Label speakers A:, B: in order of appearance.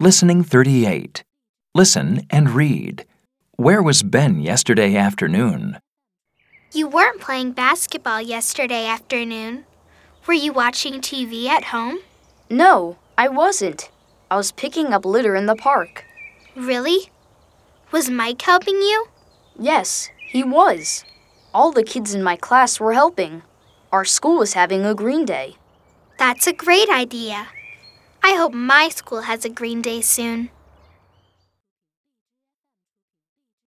A: Listening 38. Listen and read. Where was Ben yesterday afternoon?
B: You weren't playing basketball yesterday afternoon. Were you watching TV at home?
C: No, I wasn't. I was picking up litter in the park.
B: Really? Was Mike helping you?
C: Yes, he was. All the kids in my class were helping. Our school was having a green day.
B: That's a great idea. I hope my school has a green day soon.